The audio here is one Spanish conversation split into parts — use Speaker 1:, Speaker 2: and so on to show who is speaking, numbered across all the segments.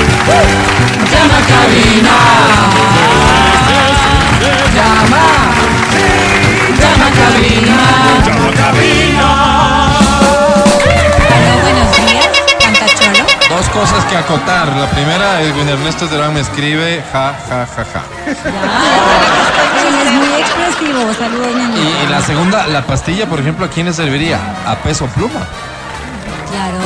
Speaker 1: Llama a cabina. Llama. Llama a cabina.
Speaker 2: Aló, buenos días, Pantacholo.
Speaker 3: Dos cosas que acotar. La primera es Juan Ernesto Terán me escribe ja, ja, ja, ja.
Speaker 2: Él es muy expresivo. Saludos, mi amor.
Speaker 3: Y, y la segunda, la pastilla, por ejemplo, ¿a quién le serviría? A peso pluma.
Speaker 2: Claro.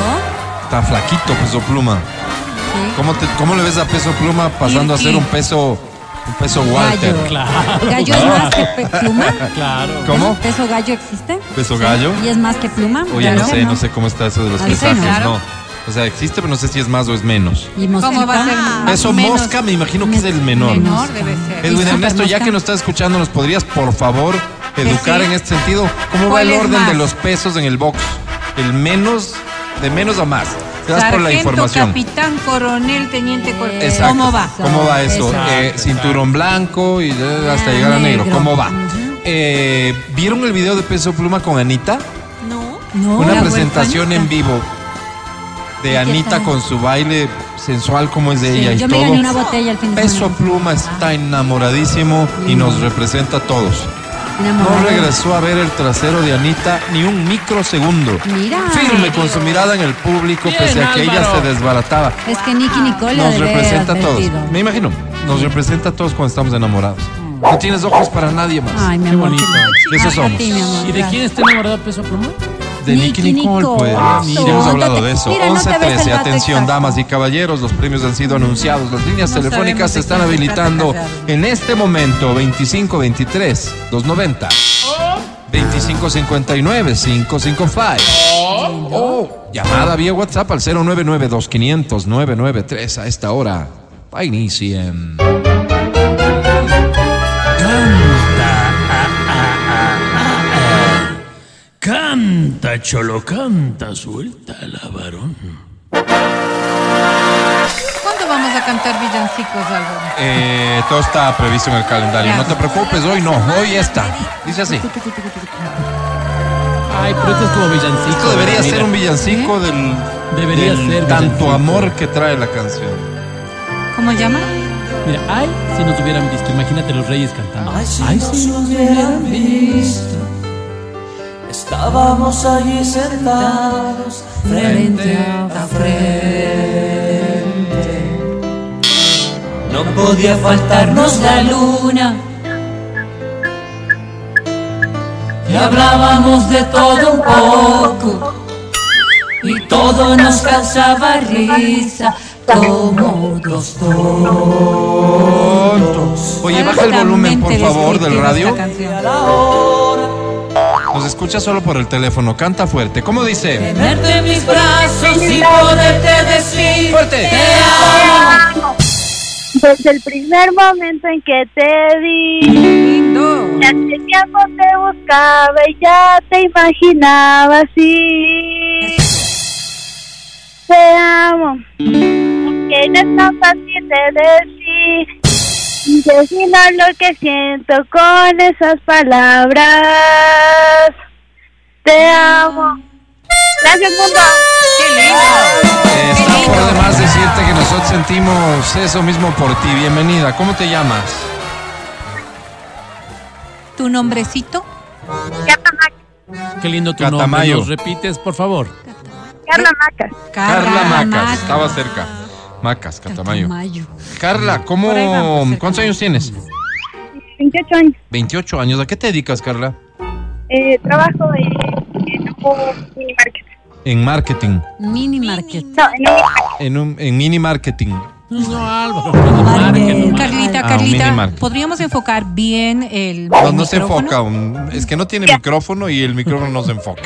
Speaker 3: Tan flaquito peso pluma.
Speaker 2: Sí.
Speaker 3: ¿Cómo, te- cómo le ves a peso pluma pasando a ser un peso, un peso Walter?
Speaker 2: Gallo.
Speaker 4: Claro.
Speaker 2: Gallo es más que pe- pluma.
Speaker 4: Claro.
Speaker 3: ¿Cómo?
Speaker 2: ¿Peso gallo existe?
Speaker 3: ¿Peso gallo?
Speaker 2: ¿Y es más que pluma?
Speaker 3: Oye, no
Speaker 2: Claro.
Speaker 3: sé, no sé cómo está eso de los
Speaker 2: Al seno.
Speaker 3: mensajes,
Speaker 2: Claro.
Speaker 3: no. O sea, existe, pero no sé si es más o es menos.
Speaker 2: ¿Y mosquita?
Speaker 5: ¿Cómo va a ser? más
Speaker 3: Peso
Speaker 5: o menos
Speaker 3: mosca, me imagino que es el menor.
Speaker 5: Menor debe ser.
Speaker 3: Edwin
Speaker 2: Y
Speaker 3: Ernesto, ya
Speaker 2: supermosca.
Speaker 3: que nos estás escuchando, ¿nos podrías, por favor, educar
Speaker 5: sí?
Speaker 3: en este sentido? ¿Cómo va
Speaker 5: ¿Cuál
Speaker 3: el
Speaker 5: es
Speaker 3: orden
Speaker 5: más?
Speaker 3: de los pesos en el box? El menos, de menos a más. Gracias por la
Speaker 5: Sargento,
Speaker 3: información.
Speaker 5: capitán, coronel, teniente, coronel.
Speaker 3: Exacto.
Speaker 5: ¿Cómo va?
Speaker 3: ¿Cómo va eso?
Speaker 2: Exacto,
Speaker 3: Eh, cinturón blanco y eh, hasta llegar a negro.
Speaker 2: negro.
Speaker 3: ¿Cómo va?
Speaker 2: Ujú.
Speaker 3: Eh, ¿Vieron el video de Peso Pluma con Anita?
Speaker 5: No.
Speaker 2: No,
Speaker 3: Una
Speaker 2: la
Speaker 3: presentación en
Speaker 2: huerfanita.
Speaker 3: vivo de Anita
Speaker 2: tal?
Speaker 3: con su baile sensual como es de ella y
Speaker 2: Yo me
Speaker 3: todo.
Speaker 2: gané una botella al fin de
Speaker 3: Peso
Speaker 2: semana.
Speaker 3: Pluma está enamoradísimo y nos representa a todos. No
Speaker 2: Enamorada.
Speaker 3: regresó a ver el trasero de Anita ni un microsegundo.
Speaker 2: Mira.
Speaker 3: Firme con su mirada en el público,
Speaker 4: Bien,
Speaker 3: pese a que ella se
Speaker 4: Álvaro.
Speaker 3: desbarataba.
Speaker 2: Es que Nicky Nicole
Speaker 3: Nos
Speaker 2: debe
Speaker 3: representa a todos.
Speaker 2: advertido.
Speaker 3: Me imagino, nos representa a todos cuando estamos enamorados. No tienes ojos para nadie más.
Speaker 2: Mm. Ay, mi
Speaker 4: Qué
Speaker 2: amor.
Speaker 4: bonito.
Speaker 3: De eso
Speaker 2: Ay, a
Speaker 3: somos.
Speaker 2: ti, mi amor,
Speaker 4: ¿Y de
Speaker 2: gracias.
Speaker 4: quién está enamorado Peso Pluma?
Speaker 3: De Nicky Nicole, pues.
Speaker 2: Ah,
Speaker 3: Ya
Speaker 2: mira.
Speaker 3: hemos
Speaker 2: No
Speaker 3: hablado
Speaker 2: te-
Speaker 3: de eso.
Speaker 2: mira, no te ves el
Speaker 3: 11-13,
Speaker 2: dato
Speaker 3: atención,
Speaker 2: exacto.
Speaker 3: damas y caballeros, los premios han sido anunciados. Las líneas
Speaker 5: No
Speaker 3: telefónicas
Speaker 5: sabemos
Speaker 3: se
Speaker 5: de
Speaker 3: están
Speaker 5: quién se
Speaker 3: habilitando
Speaker 5: trata, Carlos.
Speaker 3: en este momento. 2523 290 2559 555 Oh, llamada vía WhatsApp al 0992 500 993 a esta hora. Inicien.
Speaker 4: Canta, cholo, canta, suelta la varón.
Speaker 5: ¿Cuándo vamos a cantar villancicos, Álvaro?
Speaker 3: Eh, todo está previsto en el calendario. No te preocupes, hoy no, hoy está. Dice así.
Speaker 4: Ay, pero esto es como villancico.
Speaker 3: Esto debería
Speaker 4: mira.
Speaker 3: ser un villancico del,
Speaker 4: Debería
Speaker 3: del
Speaker 4: ser
Speaker 3: tanto
Speaker 4: villancico.
Speaker 3: amor que trae la canción.
Speaker 5: ¿Cómo llama?
Speaker 4: Mira, ay, si nos hubieran visto. Imagínate los reyes cantando. Ay, si nos hubieran visto.
Speaker 6: Estábamos allí sentados
Speaker 2: Frente
Speaker 6: a frente. No podía faltarnos la luna. Y hablábamos de todo un poco. Y todo nos causaba risa. Como dos
Speaker 3: Oye, baja el volumen, por favor, del radio.
Speaker 6: a la hora.
Speaker 3: Nos escucha solo por el teléfono. Canta fuerte. ¿Cómo dice?
Speaker 6: Tenerte en mis brazos y poderte decir.
Speaker 3: ¡Fuerte!
Speaker 7: Desde el primer momento en que te vi,
Speaker 5: Lindo.
Speaker 7: ya hace tiempo te buscaba y ya te imaginaba así. Te amo, que no es tan fácil de decir. Y Decirnos lo que siento con esas palabras. Te amo. Gracias, mundo.
Speaker 3: Eh, está por demás decirte que nosotros sentimos eso mismo por ti. Bienvenida. ¿Cómo te llamas?
Speaker 5: ¿Tu nombrecito?
Speaker 7: Carla Maca-
Speaker 4: Qué lindo tu nombre.
Speaker 3: pues, Catamayo.
Speaker 4: ¿Nos repites, por favor?
Speaker 7: Carla Macas.
Speaker 3: Carla Macas.
Speaker 2: Macas.
Speaker 3: Estaba cerca. Macas, Catamayo.
Speaker 2: Catamayo.
Speaker 3: Carla,
Speaker 5: Por ahí vamos,
Speaker 3: ¿cómo,
Speaker 5: cerca.
Speaker 3: ¿cuántos años tienes?
Speaker 7: 28 años.
Speaker 3: 28 años. ¿A qué te dedicas, Carla?
Speaker 7: Eh, trabajo en, en un mini market.
Speaker 3: En marketing.
Speaker 2: Mini
Speaker 3: Ah,
Speaker 2: Market.
Speaker 7: No, en un
Speaker 3: En, un, en mini marketing.
Speaker 4: No, Álvaro.
Speaker 2: Market.
Speaker 4: Market.
Speaker 5: Carlita,
Speaker 3: Ah, un
Speaker 5: Carlita,
Speaker 3: minimarket.
Speaker 5: ¿podríamos enfocar bien el
Speaker 3: No,
Speaker 5: el
Speaker 3: no se
Speaker 5: micrófono?
Speaker 3: enfoca. un- es que no tiene micrófono y el micrófono no se enfoca.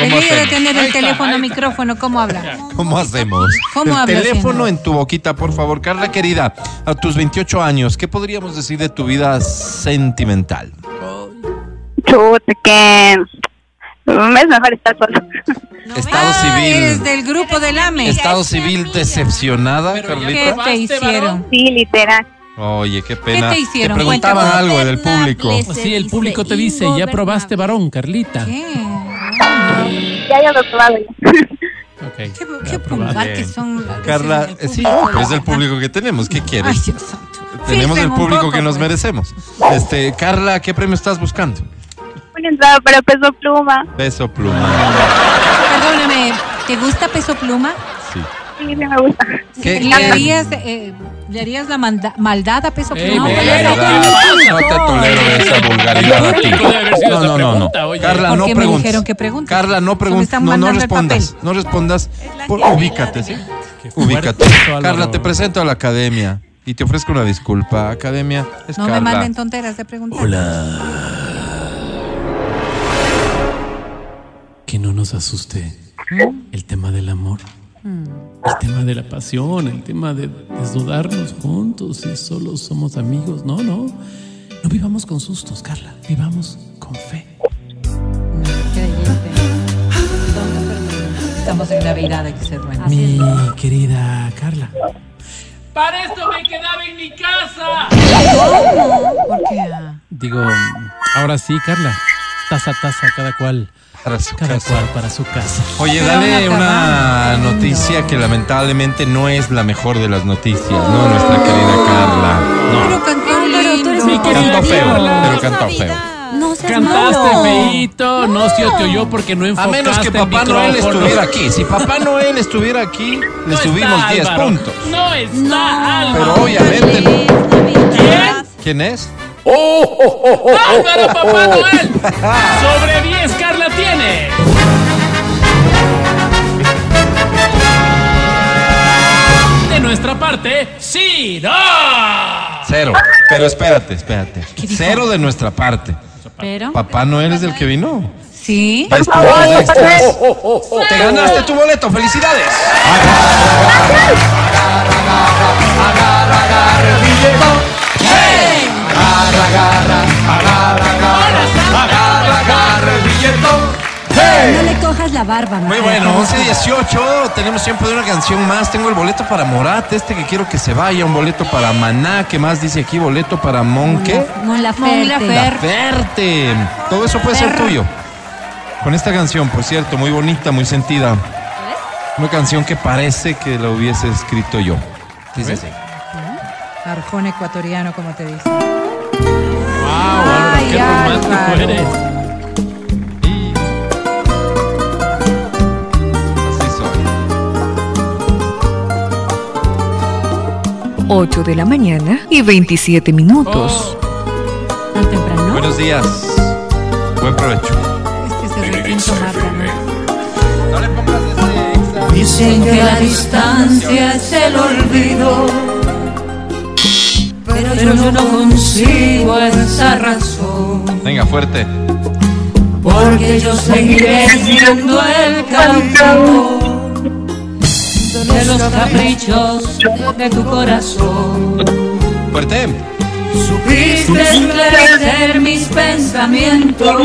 Speaker 5: En
Speaker 3: ¿Cómo
Speaker 5: medio de
Speaker 3: hacemos?
Speaker 5: tener
Speaker 4: Ahí
Speaker 5: el
Speaker 4: está,
Speaker 5: teléfono,
Speaker 4: ahí está.
Speaker 5: micrófono, ¿cómo habla?
Speaker 3: ¿Cómo hacemos?
Speaker 5: ¿Cómo
Speaker 3: el
Speaker 5: hablas,
Speaker 3: teléfono
Speaker 5: Gino?
Speaker 3: en tu boquita, por favor. Carla, querida, a tus 28 años, ¿qué podríamos decir de tu vida sentimental?
Speaker 7: Chuta, que es mejor estar solo.
Speaker 3: Estado
Speaker 5: Ah, Eres
Speaker 3: civil.
Speaker 5: del grupo del AME.
Speaker 3: Estado civil decepcionada,
Speaker 4: Pero ya
Speaker 3: Carlita.
Speaker 5: ¿Qué te
Speaker 4: ¿Probaste,
Speaker 5: hicieron?
Speaker 7: Sí, literal.
Speaker 3: Oye, qué pena.
Speaker 5: ¿Qué te hicieron?
Speaker 3: preguntaban
Speaker 5: Cuéntanos.
Speaker 3: algo del público.
Speaker 4: Sí, el público te dice, ya probaste varón, Carlita.
Speaker 5: ¿Qué?
Speaker 7: Ya, ya lo he probado. ya.
Speaker 4: Ah, Ok.
Speaker 5: Qué,
Speaker 4: ya,
Speaker 5: qué
Speaker 4: aprobado.
Speaker 5: vulgar que son. las
Speaker 3: Carla, eh,
Speaker 5: luces en el
Speaker 3: sí,
Speaker 5: público,
Speaker 3: es el
Speaker 5: ¿verdad?
Speaker 3: público que tenemos. ¿Qué
Speaker 5: Ay,
Speaker 3: quieres?
Speaker 5: Dios santo.
Speaker 3: Tenemos
Speaker 5: Filtren
Speaker 3: el
Speaker 5: un
Speaker 3: público
Speaker 5: poco,
Speaker 3: que nos
Speaker 5: pues.
Speaker 3: merecemos. Este, Carla, ¿qué premio estás buscando?
Speaker 7: Una entrada para peso pluma.
Speaker 3: Beso pluma.
Speaker 5: Perdóname, ¿te gusta peso pluma?
Speaker 3: Sí.
Speaker 7: Sí, sí me gusta.
Speaker 3: ¿Qué-
Speaker 5: ¿Le
Speaker 3: qué-
Speaker 5: harías, eh, ¿le harías la manda- maldad a peso
Speaker 4: Ey,
Speaker 5: pluma?
Speaker 4: ve,
Speaker 5: Oye,
Speaker 4: ve,
Speaker 5: no,
Speaker 4: ve.
Speaker 5: no,
Speaker 3: No te tolero esa vulgaridad a ti.
Speaker 4: Puede haber sido
Speaker 3: No, no,
Speaker 4: esa
Speaker 3: no,
Speaker 4: pregunta,
Speaker 3: no.
Speaker 4: oye.
Speaker 3: Carla,
Speaker 5: ¿Por
Speaker 3: no
Speaker 5: qué me dijeron que
Speaker 3: preguntes.
Speaker 5: pregunte?
Speaker 3: Carla, no
Speaker 5: Se me
Speaker 3: preguntes. No,
Speaker 5: están
Speaker 3: no
Speaker 5: mandando el
Speaker 3: respondas.
Speaker 5: papel.
Speaker 3: No respondas. Por- ubícate, ¿sí?
Speaker 4: Qué fuerte
Speaker 3: Ubícate.
Speaker 4: esto, Álvaro.
Speaker 3: Carla, te presento a la academia y te ofrezco una disculpa. Academia, es
Speaker 5: No me
Speaker 3: Carla.
Speaker 5: manden tonteras de preguntar. Hola.
Speaker 4: Que no nos asuste el tema del amor,
Speaker 5: Mm.
Speaker 4: el tema de la pasión, el tema de desnudarnos juntos y solo somos amigos. No, no. No vivamos con sustos, Carla. Vivamos con fe.
Speaker 2: Estamos en Navidad, hay que ser buenos.
Speaker 4: Mi querida Carla.
Speaker 6: Para esto me quedaba en mi casa.
Speaker 5: ¿Por qué? Ah,
Speaker 4: Digo, ahora sí, Carla. Taza a taza, cada cual.
Speaker 3: Para su
Speaker 4: Cada
Speaker 3: casa.
Speaker 4: cual para su casa.
Speaker 3: Oye,
Speaker 5: Pero
Speaker 3: dale
Speaker 5: una
Speaker 3: una
Speaker 5: acabando.
Speaker 3: noticia que lamentablemente no es la mejor de las noticias, ¿no? Nuestra querida Carla.
Speaker 5: Pero cantó
Speaker 2: pero tú
Speaker 5: lindo.
Speaker 2: eres mi
Speaker 3: Cantó feo,
Speaker 4: Carla.
Speaker 3: pero cantó feo.
Speaker 2: No seas
Speaker 4: Cantaste,
Speaker 2: malo.
Speaker 4: feíto. No, se te oyó porque no
Speaker 3: A
Speaker 4: enfocaste
Speaker 3: menos que
Speaker 4: el
Speaker 3: Papá Noel
Speaker 4: micrófono.
Speaker 3: estuviera aquí. Si Papá Noel estuviera aquí, le
Speaker 4: No
Speaker 3: subimos
Speaker 4: está,
Speaker 3: 10
Speaker 4: Álvaro.
Speaker 3: puntos.
Speaker 6: No está
Speaker 3: Pero
Speaker 6: Álvaro.
Speaker 3: obviamente no.
Speaker 2: Navidad.
Speaker 3: ¿Quién es?
Speaker 4: oh,
Speaker 3: oh,
Speaker 6: Álvaro Papá Noel. Sobre 10 Carla tiene.
Speaker 4: De nuestra parte,
Speaker 6: ¡Ciro!
Speaker 3: Cero. Pero espérate, espérate.
Speaker 5: dijo?
Speaker 3: Cero de nuestra parte.
Speaker 5: Pero,
Speaker 3: Papá Noel es el que vino.
Speaker 5: sí.
Speaker 3: Ves tus
Speaker 7: favor,
Speaker 3: dos extras.
Speaker 7: Papá
Speaker 3: Te ganaste tu boleto. ¡Felicidades!
Speaker 2: No le cojas la barba,
Speaker 3: Muy
Speaker 2: María.
Speaker 3: bueno, 11.18, tenemos tiempo de una canción más. Tengo el boleto para Morat, este que quiero que se vaya, un boleto para Maná, que más dice aquí, boleto para Monque.
Speaker 2: Mon Laferte.
Speaker 5: Mon Laferte.
Speaker 3: Verte. Todo eso puede ser
Speaker 5: Perro.
Speaker 3: tuyo. Con esta canción, por cierto, muy bonita, muy sentida. Una canción que parece que la hubiese escrito yo. Dice así.
Speaker 5: Arjón ecuatoriano, como te dije.
Speaker 4: Wow, Álvaro, qué
Speaker 5: Ay,
Speaker 4: romántico
Speaker 5: Álvaro.
Speaker 4: eres.
Speaker 3: Así soy.
Speaker 8: 8 de la mañana y 27 minutos.
Speaker 5: Tan temprano.
Speaker 3: Buenos días. Buen provecho.
Speaker 5: Este es el requinto Marta, ¿no?
Speaker 3: No le pongas ese extra.
Speaker 6: Dicen que la distancia es el olvido. Pero yo no consigo esa razón.
Speaker 3: Venga, fuerte.
Speaker 6: Porque yo seguiré siendo el campeón de los caprichos de tu corazón.
Speaker 3: Fuerte.
Speaker 6: Supiste esclarecer mis pensamientos.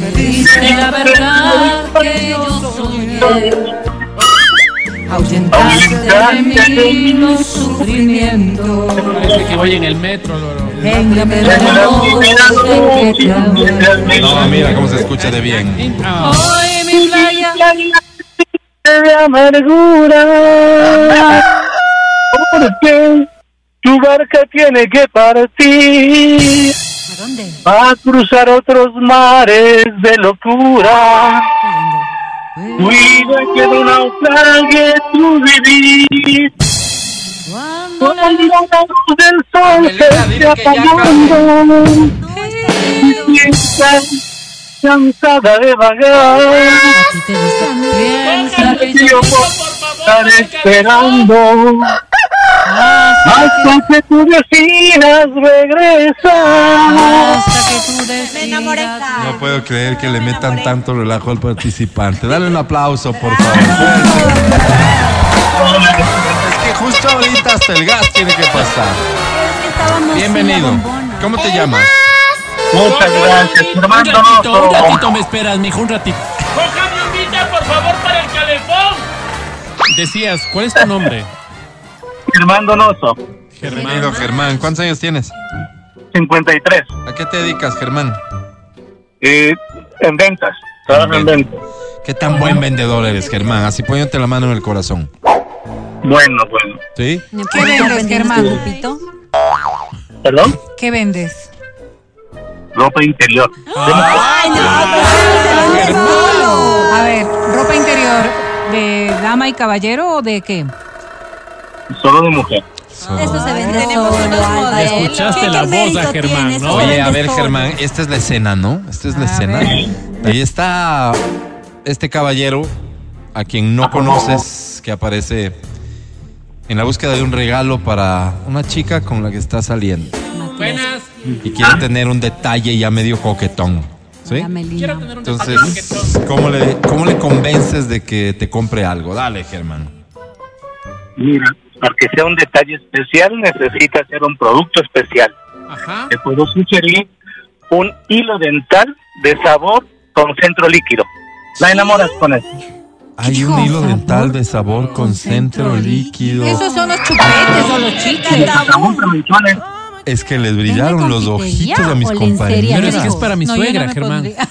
Speaker 6: Me diste la verdad que yo soñé. Ahuyentaste de mí los sufrimientos.
Speaker 4: Parece que voy en el metro, Álvaro.
Speaker 6: En la perdón de que te amé.
Speaker 3: No, mira cómo se escucha de bien.
Speaker 4: Ah,
Speaker 6: Hoy mi playa
Speaker 7: de amargura. Porque tu barca tiene que partir
Speaker 5: ¿A dónde?
Speaker 7: a cruzar otros mares de locura. Cuida que no naufrague tu vivir. Cuando la luz del sol se esté apagando, y estás cansada de vagar.
Speaker 5: ¿A ti te gusta?
Speaker 6: piensa que yo
Speaker 7: Yo por estar esperando hasta que tú decidas regresar.
Speaker 6: hasta que tú decidas.
Speaker 3: No puedo creer que le metan tanto relajo al participante. Dale un aplauso, por favor. Es que justo ahorita hasta el gas tiene que pasar.
Speaker 2: Estábamos
Speaker 3: Bienvenido. ¿Cómo te llamas?
Speaker 7: Muchas gracias,
Speaker 4: Un
Speaker 7: Fernando
Speaker 4: ratito, un
Speaker 7: Noto.
Speaker 4: ratito me esperas, mijo, un ratito.
Speaker 6: Cójame un guita, por favor, para el calefón.
Speaker 4: Decías, ¿cuál es tu nombre?
Speaker 7: Fernando Noto,
Speaker 3: Bienvenido, Germán. ¿Cuántos años tienes?
Speaker 7: 53.
Speaker 3: ¿A qué te dedicas, Germán?
Speaker 7: Eh, en ventas, trabajo en ventas.
Speaker 3: Qué tan buen vendedor eres, Germán. Así poniéndote la mano en el corazón.
Speaker 9: Bueno, bueno.
Speaker 3: ¿Sí?
Speaker 5: ¿Qué vendes, Germán?
Speaker 2: Lupito?
Speaker 9: ¿Perdón?
Speaker 5: ¿Qué vendes?
Speaker 9: Ropa interior.
Speaker 7: Ah.
Speaker 5: A ver, ropa interior de dama y caballero o de qué?
Speaker 9: Solo de mujer.
Speaker 2: Eso se vende
Speaker 6: tenemos
Speaker 2: solo,
Speaker 6: unos
Speaker 2: Álvaro.
Speaker 6: modelos.
Speaker 4: Le escuchaste
Speaker 2: ¿Qué- qué
Speaker 4: la voz a
Speaker 2: mérito
Speaker 4: Germán,
Speaker 2: tienes?
Speaker 4: ¿no?
Speaker 2: Eso
Speaker 3: Oye, a
Speaker 2: vende
Speaker 3: ver,
Speaker 2: solo.
Speaker 3: Germán, esta es la escena, ¿no? Esta es la
Speaker 5: A
Speaker 3: escena.
Speaker 5: ver.
Speaker 3: Ahí está este caballero a quien no conoces, que aparece en la búsqueda de un regalo para una chica con la que está saliendo.
Speaker 4: Buenas.
Speaker 3: Y
Speaker 5: Ah.
Speaker 3: quiere tener un detalle ya medio coquetón. ¿Sí?
Speaker 5: La Melina.
Speaker 4: tener un detalle
Speaker 3: Entonces, ¿cómo le, ¿cómo le convences de que te compre algo? Dale, Germán.
Speaker 9: Mira, para que sea un detalle especial necesita hacer un producto especial.
Speaker 4: Ajá.
Speaker 9: Te puedo sugerir un hilo dental de sabor con centro líquido. La enamoras con él.
Speaker 3: Hay un
Speaker 5: dijo?
Speaker 3: hilo
Speaker 5: ¿Sabor?
Speaker 3: dental de sabor con centro líquido.
Speaker 5: Esos son los chupetes o los chicles.
Speaker 9: Jamón con mechones.
Speaker 3: Es que les brillaron los
Speaker 5: confitería
Speaker 3: ojitos a mis
Speaker 5: o lencería?
Speaker 3: compañeros.
Speaker 4: Pero es que es para mi
Speaker 5: No, yo no
Speaker 4: suegra,
Speaker 5: me
Speaker 4: Germán.
Speaker 5: pondría.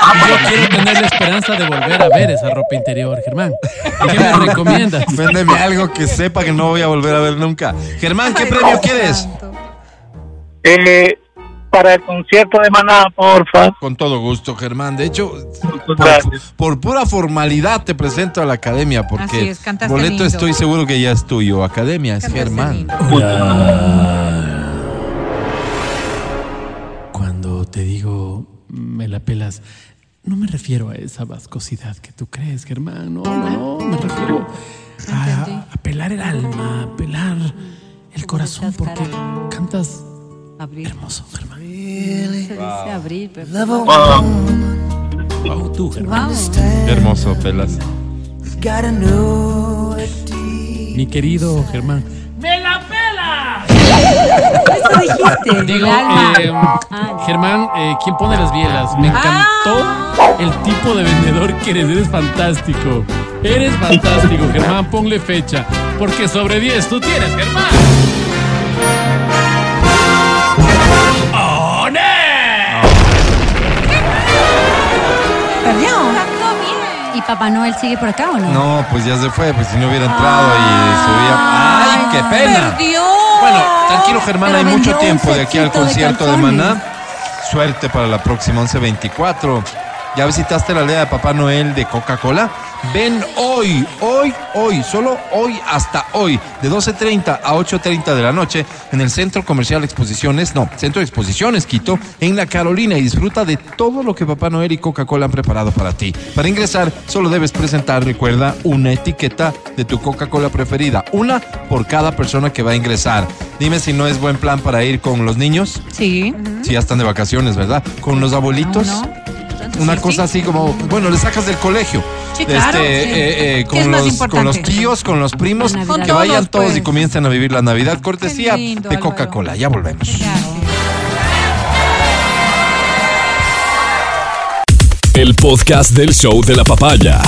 Speaker 4: Yo quiero tener la esperanza de volver a ver esa ropa interior, Germán. ¿Qué me recomiendas?
Speaker 3: Véndeme algo que sepa que no voy a volver a ver nunca. Germán, ¿qué premio quieres?
Speaker 9: Eh, para el concierto de Maná, porfa.
Speaker 3: Con todo gusto, Germán. De hecho, por,
Speaker 9: gracias.
Speaker 3: por pura formalidad te presento a la academia
Speaker 5: Así
Speaker 3: porque
Speaker 5: es, cantaste
Speaker 3: boleto
Speaker 5: lindo.
Speaker 3: estoy seguro que ya es tuyo. Academia es Germán.
Speaker 4: Cuando te digo me la pelas, no me refiero a esa vascosidad que tú crees, Germán. No, no, no. Me refiero a, a pelar el alma, a pelar el corazón, porque cantas
Speaker 5: Abrir.
Speaker 4: hermoso, Germán.
Speaker 5: Se dice abrir, pero.
Speaker 9: Ah,
Speaker 4: Wow, tú, Germán.
Speaker 5: Vamos.
Speaker 3: Qué hermoso, Pelas.
Speaker 4: Mi querido Germán.
Speaker 2: Eso dijiste.
Speaker 4: Digo,
Speaker 5: alma.
Speaker 4: eh, Germán, eh, ¿quién pone las bielas? Me encantó el tipo de vendedor que eres. Eres fantástico. Eres fantástico, Germán. Ponle fecha. Porque sobre 10 tú tienes, Germán.
Speaker 5: Perdió. ¿Y Papá Noel sigue por acá o no?
Speaker 3: No, pues ya se fue, pues si no hubiera entrado y subía. ¡Ay, qué pena!
Speaker 5: Ah, ¡Perdió!
Speaker 3: Bueno, tranquilo, Germán,
Speaker 2: Pero
Speaker 3: hay mucho
Speaker 2: vendió un
Speaker 3: tiempo de aquí al
Speaker 2: setcito de
Speaker 3: concierto de,
Speaker 2: calzones.
Speaker 3: Maná. Suerte para la próxima 1124. ¿Ya visitaste la aldea de Papá Noel de Coca-Cola? Ven hoy, hoy, hoy, solo hoy hasta hoy, de 12.30 a 8.30 de la noche en el Centro Comercial Exposiciones, no, Centro de Exposiciones Quito, en La Carolina y disfruta de todo lo que Papá Noel y Coca-Cola han preparado para ti. Para ingresar, solo debes presentar, recuerda, una etiqueta de tu Coca-Cola preferida, una por cada persona que va a ingresar. Dime si no es buen plan para ir con los niños.
Speaker 5: Sí.
Speaker 3: Si ya están de vacaciones, ¿verdad? Con los abuelitos.
Speaker 5: No, no.
Speaker 3: Una
Speaker 5: Ah, Sí,
Speaker 3: cosa así como, bueno, le sacas del colegio.
Speaker 5: Sí, claro, sí.
Speaker 3: eh, eh,
Speaker 5: ¿Qué es
Speaker 3: con,
Speaker 5: más
Speaker 3: los,
Speaker 5: importante?
Speaker 3: con los tíos, con los primos,
Speaker 5: La
Speaker 3: que
Speaker 5: Navidad. Con
Speaker 3: vayan
Speaker 5: todos,
Speaker 3: todos y
Speaker 5: pues.
Speaker 3: comiencen a vivir la Navidad. Cortesía
Speaker 5: Qué lindo,
Speaker 3: de
Speaker 5: Álvaro.
Speaker 3: Coca-Cola. Ya volvemos.
Speaker 5: Gracias.
Speaker 10: El podcast del show de la papaya.